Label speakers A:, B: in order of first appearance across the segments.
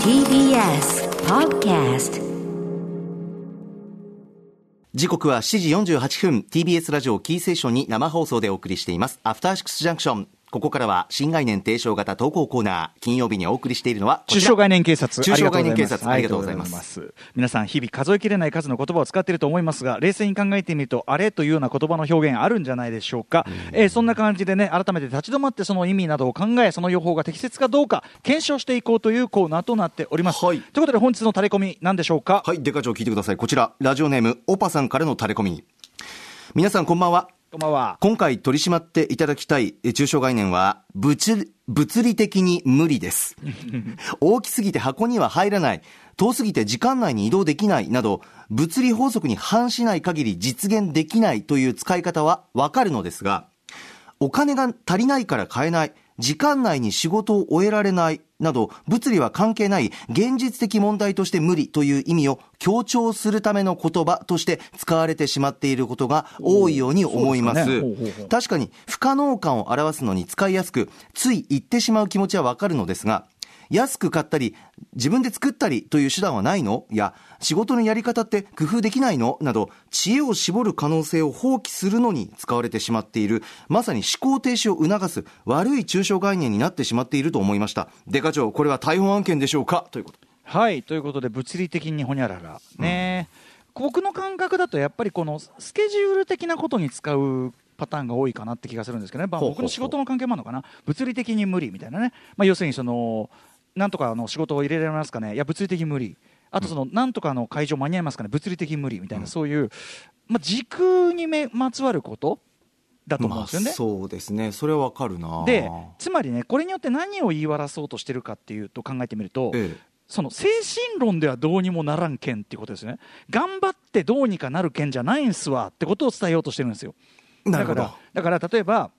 A: TBS Podcast
B: 時刻は7時48分 TBS ラジオキーセーションに生放送でお送りしていますアフターシックスジャンクションここからは新概念提唱型投稿コーナー金曜日にお送りしているのはこちら
C: 中小概念警察
B: 中小概念警察
C: あ
B: あ
C: り
B: り
C: が
B: が
C: と
B: と
C: う
B: う
C: ご
B: ご
C: ざ
B: ざい
C: いま
B: ますす
C: 皆さん日々数えきれない数の言葉を使っていると思いますが冷静に考えてみるとあれというような言葉の表現あるんじゃないでしょうか、えーそんな感じでね改めて立ち止まってその意味などを考えその予報が適切かどうか検証していこうというコーナーとなっております、
B: はい
C: ということで本日のタレコミなんでしょうか、
B: はいデカ長聞いてくださいこちらラジオネームオパさんからのタレコミ皆さんこんばんは
C: こんばんは
B: 今回取り締まっていただきたいえ中小概念は物物理的に無理です大きすぎて箱には入らない遠すぎて時間内に移動できないなど物理法則に反しない限り実現できないという使い方はわかるのですがお金が足りないから買えない時間内に仕事を終えられないなど物理は関係ない現実的問題として無理という意味を強調するための言葉として使われてしまっていることが多いように思いま
C: そうですすかねほうほうほう
B: 確かに不可能感を表すのに使いやすくつい言ってしまう気持ちはわかるのですが安く買ったり自分で作ったりという手段はないのや仕事のやり方って工夫できないのなど知恵を絞る可能性を放棄するのに使われてしまっているまさに思考停止を促す悪い抽象概念になってしまっていると思いましたデカ長これは逮捕案件でしょうかということ
C: はいということで物理的にほにゃららね、僕の感覚だとやっぱりこのスケジュール的なことに使うパターンが多いかなって気がするんですけどね、まあ、
B: ほうほうほ
C: 僕
B: う
C: の仕事の関係もあるのかな物理的に無理みたいなね、まあ、要するにそのなんとかの仕事を入れられますかねいや物理的に無理あとその、なんとかの会場間に合いますかね物理的に無理みたいな、そういう、まあ、時空にめまつわることだと思うんですよね。
B: そうですねそれはわかるな
C: でつまりねこれによって何を言い笑そうとしてるかっていうと考えてみると、
B: ええ
C: その精神論ではどうにもならんけんっていうことですね頑張ってどうにかなるけんじゃないんすわってことを伝えようとしてるんですよ
B: なるほど
C: だからだから例えば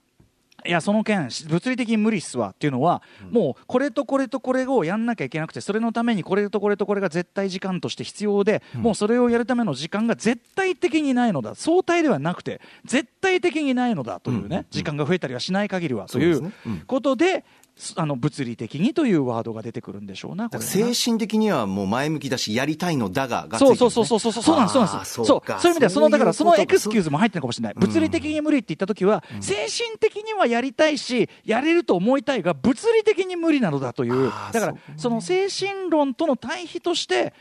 C: いやその件し物理的に無理っすわっていうのは、もうこれとこれとこれをやんなきゃいけなくてそれのためにこれとこれとこれが絶対時間として必要で、もうそれをやるための時間が絶対的にないのだ相対ではなくて絶対的にないのだというね、時間が増えたりはしない限りはとい
B: そう
C: う
B: ですねうん
C: ことで。すあの物理的にというワードが出てくるんでしょうな。これね
B: 精神的にはもう前向きだしやりたいのだががついて
C: そ
B: る
C: うん
B: ですね
C: そうそうそうそうそうなんですそうなんです
B: あ
C: そ
B: ー
C: う
B: そうか
C: そういう意味ではそのだからそのエクスキュー
B: ズ
C: ズも入ってるかもしれない物理的に無理って言った時は、精神的にはやりたいしやれると思いたいが物理的に無理なのだという
B: あー
C: だから
B: そう
C: その精神論との対比として、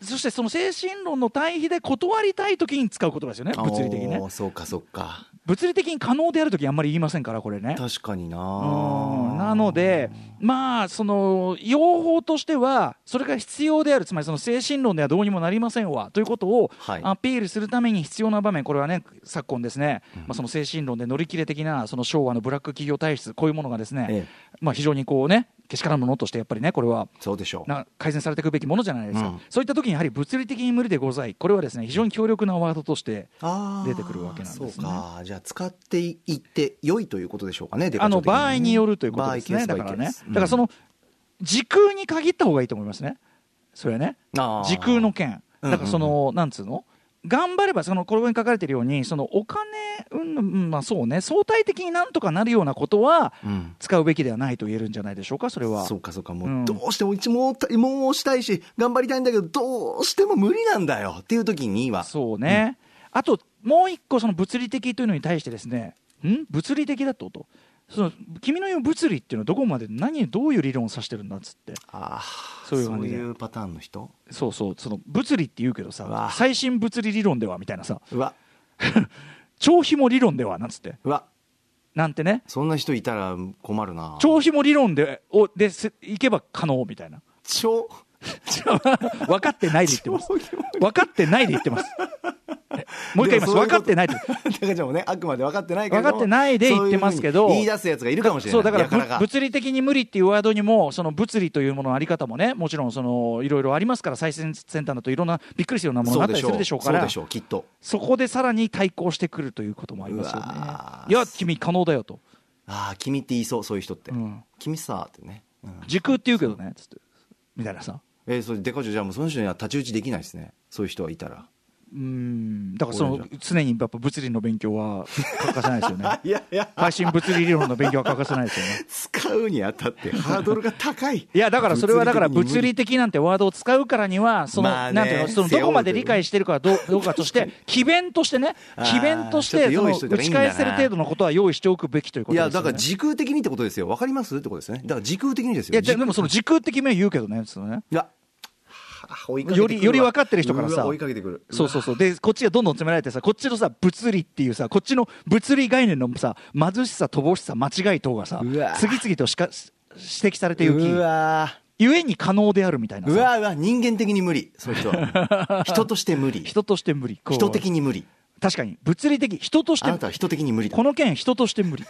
C: そしてその精神論の対比で断りたい時に使う言葉ですよね 物理的にね
B: そうかそうか
C: 物理的に可能である時あんまり言いませんからこれね
B: 確かにな
C: うんなので、まあ、その用法としては、それが必要である、つまりその精神論ではどうにもなりませんわということを
B: はい
C: アピールするために必要な場面、これはね、昨今ですね、まあ、その精神論で乗り切れ的なその昭和のブラック企業体質、こういうものがですね、
B: え
C: まあ、非常にこうね、けしからんものとして、やっぱりね、これは
B: そうでしょう
C: な改善されていくべきものじゃないですか、
B: うん
C: そういった時にやはり物理的に無理でござい、これはですね、非常に強力なワードとして
B: あー
C: 出てくるわけなんですね
B: そうかじゃあ使っていって良いということでしょうかねデカ
C: あ
B: 長
C: の
B: 的にね
C: 場合によるということですね、
B: 場
C: だ
B: 合
C: から
B: ケー
C: ね、
B: スバイケース
C: だからその時空に限った方がいいと思いますね、それはね、
B: うんあー
C: 時空の件、
B: うん
C: だからその、なんつうの、頑張れば、そのこれに書かれてるように、そのお金、うんうん、まあそうね、相対的になんとかなるようなことは
B: うん
C: 使うべきではないと言えるんじゃないでしょうか、それは。
B: そうかそうか
C: う
B: も
C: ん
B: うどうしてもうちももうしたいし頑張りたいんだけどどうしても無理なんだよっていう時には
C: そうね、あともう一個その物理的というのに対してですねん物理的だととその君の言う物理っていうのはどこまで何どういう理論を指してるんだっつって
B: あー
C: そういう感じで
B: いうパターンの人
C: そうそうその物理って言うけど
B: うわ
C: さ最新物理理論ではみたいなさ
B: うわ
C: 超ひも理論ではなんつって
B: うわ
C: なんてね
B: そんな人いたら困るな
C: 超ひも理論でをですいけば可能みたいな
B: 超
C: 分かってないで言っ てます分かってないで言ってますえもう一
B: で
C: 回言います
B: もそういうこと
C: 分かってな いで
B: 中ちゃんもねあくまで分かってないけど
C: 分かってないで言ってますけ
B: そう
C: ど
B: いうふうに言い出すやつがいるかもしれない
C: そうだから
B: やから
C: ぶ物理的に無理っていうワードにもその物理というもののあり方もねもちろんそのいろいろありますから最先端だといろんなびっくりするようなものが
B: そ
C: あ
B: う
C: った
B: で
C: り
B: し
C: す
B: ょう
C: るでしょうから
B: そうでしょうきっと
C: そこでさらに対抗してくるということもありますよ
B: うわ
C: ね
B: ー
C: いや君可能だよと
B: ああ君って言いそうそういう人って、
C: うん
B: 君さってね、うん
C: 時空って言うけどねつってみたいなさ
B: えーそれでかちょじゃあもうその人には太刀打ちできないですねそういう人はいたら
C: うんだからそ
B: こ
C: の
B: れ
C: 常にやっぱ物理の勉強は欠かせないですよね
B: いやいや
C: 配信物理理論の勉強は欠かせないですよね
B: 使うにあたってハードルが高い
C: いやだからそれはだから
B: 物
C: 物
B: 理
C: 理的なんてワードを使うからにはその、
B: まあね
C: なんていうのそのどこまで理解してるかどうどうかと して詭弁としてね
B: あー
C: 詭弁とし
B: ちょってと
C: そ
B: 用意
C: の
B: しといた
C: 打
B: らいい
C: ち
B: んだな
C: 返せる程度のことは用意しておくべきというこ
B: い
C: とで
B: や
C: すよ、ね、
B: だから時空的にってことですよわかりますってことですよねだから時空的にですよ
C: いやじゃあ
B: 時
C: でもその時空的には言うけどねそのね
B: いや追いかけてくるわ
C: よりより分かってる人から
B: う
C: さ
B: わ追いかけてくる
C: そうそうそうでこっちがどんどん詰められてさこっちのさ物理っていうさこっちの物理概念のさ貧しさ乏しさ間違い等がさ
B: うわ
C: 次々としかし指摘されてゆき
B: うわ
C: ゆえに可能であるみたいな
B: う
C: さ
B: わうわ人間的に無理そういう人 は人として無理
C: 人として無理こう
B: 人的に無理
C: 確かに物理的人として
B: あ
C: 無
B: な
C: 理
B: たは人的に無理だ
C: この件人とし て無理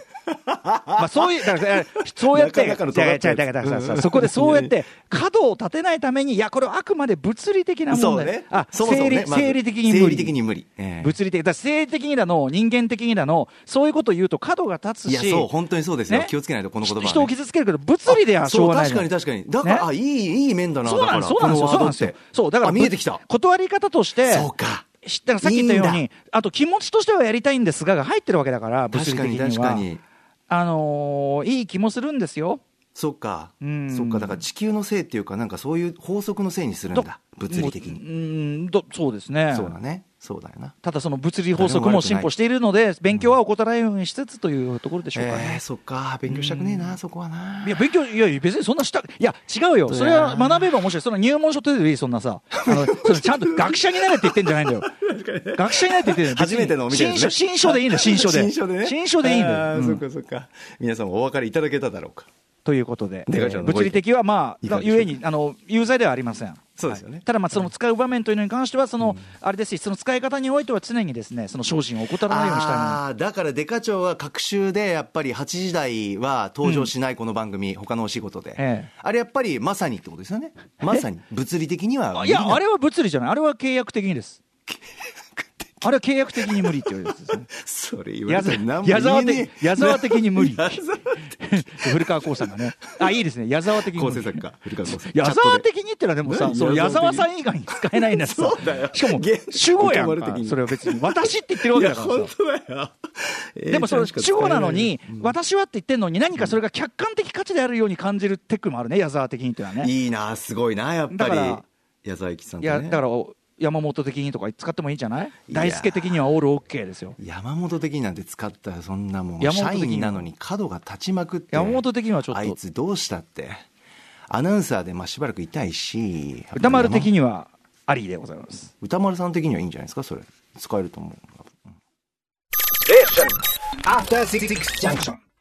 C: まあそういうだからだからそうやって
B: なかなかの
C: じゃあ
B: 尖っ
C: じ
B: た
C: ゃ
B: や
C: あ
B: つ
C: だからだからさそこでそうやって角を立てないためにいやこれはあくまで物理的なも
B: そ
C: ん
B: う
C: だよ、
B: ね
C: あ
B: そもそも
C: 生
B: ね
C: 理
B: まず
C: 生理的に無
B: 生
C: 理
B: 理的に無理ええ
C: 物理的だから生理的にだの人間的にだのそういうこと言うと角が立つ
B: い
C: し
B: やそう本当にそうですよ
C: ね
B: 気をつけないとこの言葉はね
C: 人を傷つけるけど物理ではしょうがない
B: そう確かに確かにだから、
C: ね
B: あいいいい面だな
C: そうなんで
B: だ
C: すそう
B: か
C: なん
B: ら
C: ですよそう
B: このワードって
C: なんですよそうだから
B: あ見えてきた
C: 断り方として
B: そうか
C: しだからさっき言ったように
B: いいんだ
C: あと気持ちとしてはやりたいんですがが入ってるわけだから物理的には
B: 確かに確かに
C: あのーいい気もするんですよ
B: そっか
C: うん
B: そっかだから地球のせいっていうかなんかそういう法則のせいにするんだ物理的
C: も
B: に
C: ううんどそうですね
B: そうだねそうだよな
C: ただその物理法則も進歩しているので勉強は怠らないようにしつつというところでしょうかね
B: えー、そっか勉強したくねえなそこはない
C: や勉強いやいや別にそんなしたいや違うよそれは学べば面白いその入門書というよりそんなさあのそのちゃんと学者になれって言ってんじゃないんだよ学者になれって言ってんだよ
B: 初めてのを見てるん
C: 新
B: です
C: 書
B: ね
C: 新書で いいんだよ新書で
B: 新書でね
C: 新書でいいんだ
B: あ
C: よ、
B: ー
C: うん
B: そっかそっか皆さんもお分かりいただけただろうか
C: ということで、え
B: 出川ちゃ
C: ー
B: んのご
C: 物
B: 意見
C: 理的はま
B: い
C: あ
B: かがでしょう
C: ゆえにあの有罪ではありません
B: そうですよね
C: はいただまあその使う場面というのに関してはその、あれですしその使い方においては常にですねその精進を怠らないようにしたいな
B: あーだからデカ長は隔週でやっぱり8時台は登場しないこの番組、他のお仕事で、
C: ええ
B: あれやっぱりまさにってことですよねまさに物理的には無
C: い
B: 理な
C: やあれは物理じゃないあれは契約的にですあれは契約的に無理って言われるやつですね
B: それ言わ
C: 矢
B: れたら何
C: 沢
B: も
C: 矢沢
B: 言え
C: 的
B: ねえ
C: 矢沢的に無 理
B: 矢沢
C: 古川光さんがねあいいですね矢沢的に無
B: 構
C: 理
B: 成作家古川光さん
C: 矢
B: チャット
C: 沢
B: で
C: 的にってのはでもさ
B: 何
C: その矢
B: 矢沢
C: 沢
B: 的に
C: さん以外に使えないんださ
B: そうだよ
C: しかも
B: 現
C: 主語
B: 受け止
C: やん
B: まる
C: か
B: 的に
C: それは別に私って言ってるわ
B: い
C: け
B: や
C: だからさ
B: 本当だよ
C: でもその
B: えーちゃんしか
C: 主語なの
B: 使えい
C: に、私はって言ってんのに、何かそれが客観的価値であるように感じるテックもあるね、矢沢的にっていうのはね。
B: いいなすごいなやっぱ
C: だから
B: り矢沢永吉さん
C: い
B: とね
C: や、だから山本的にとか使ってもいいんじゃない
B: や
C: 大輔的にはオールオッケーですよ。
B: 山本的になんて使ったらそんなもん
C: 山
B: 社
C: 本的に
B: 員なのに角が立ちまくって
C: 山本的にはちょっと
B: あいつどうしたってアナウンサーでまあしばらくいたいし
C: 歌丸的
B: に
C: にはありでございます。
B: 歌丸さん的にはいいんじゃないですかそれ使えると思う
D: After Six Junction.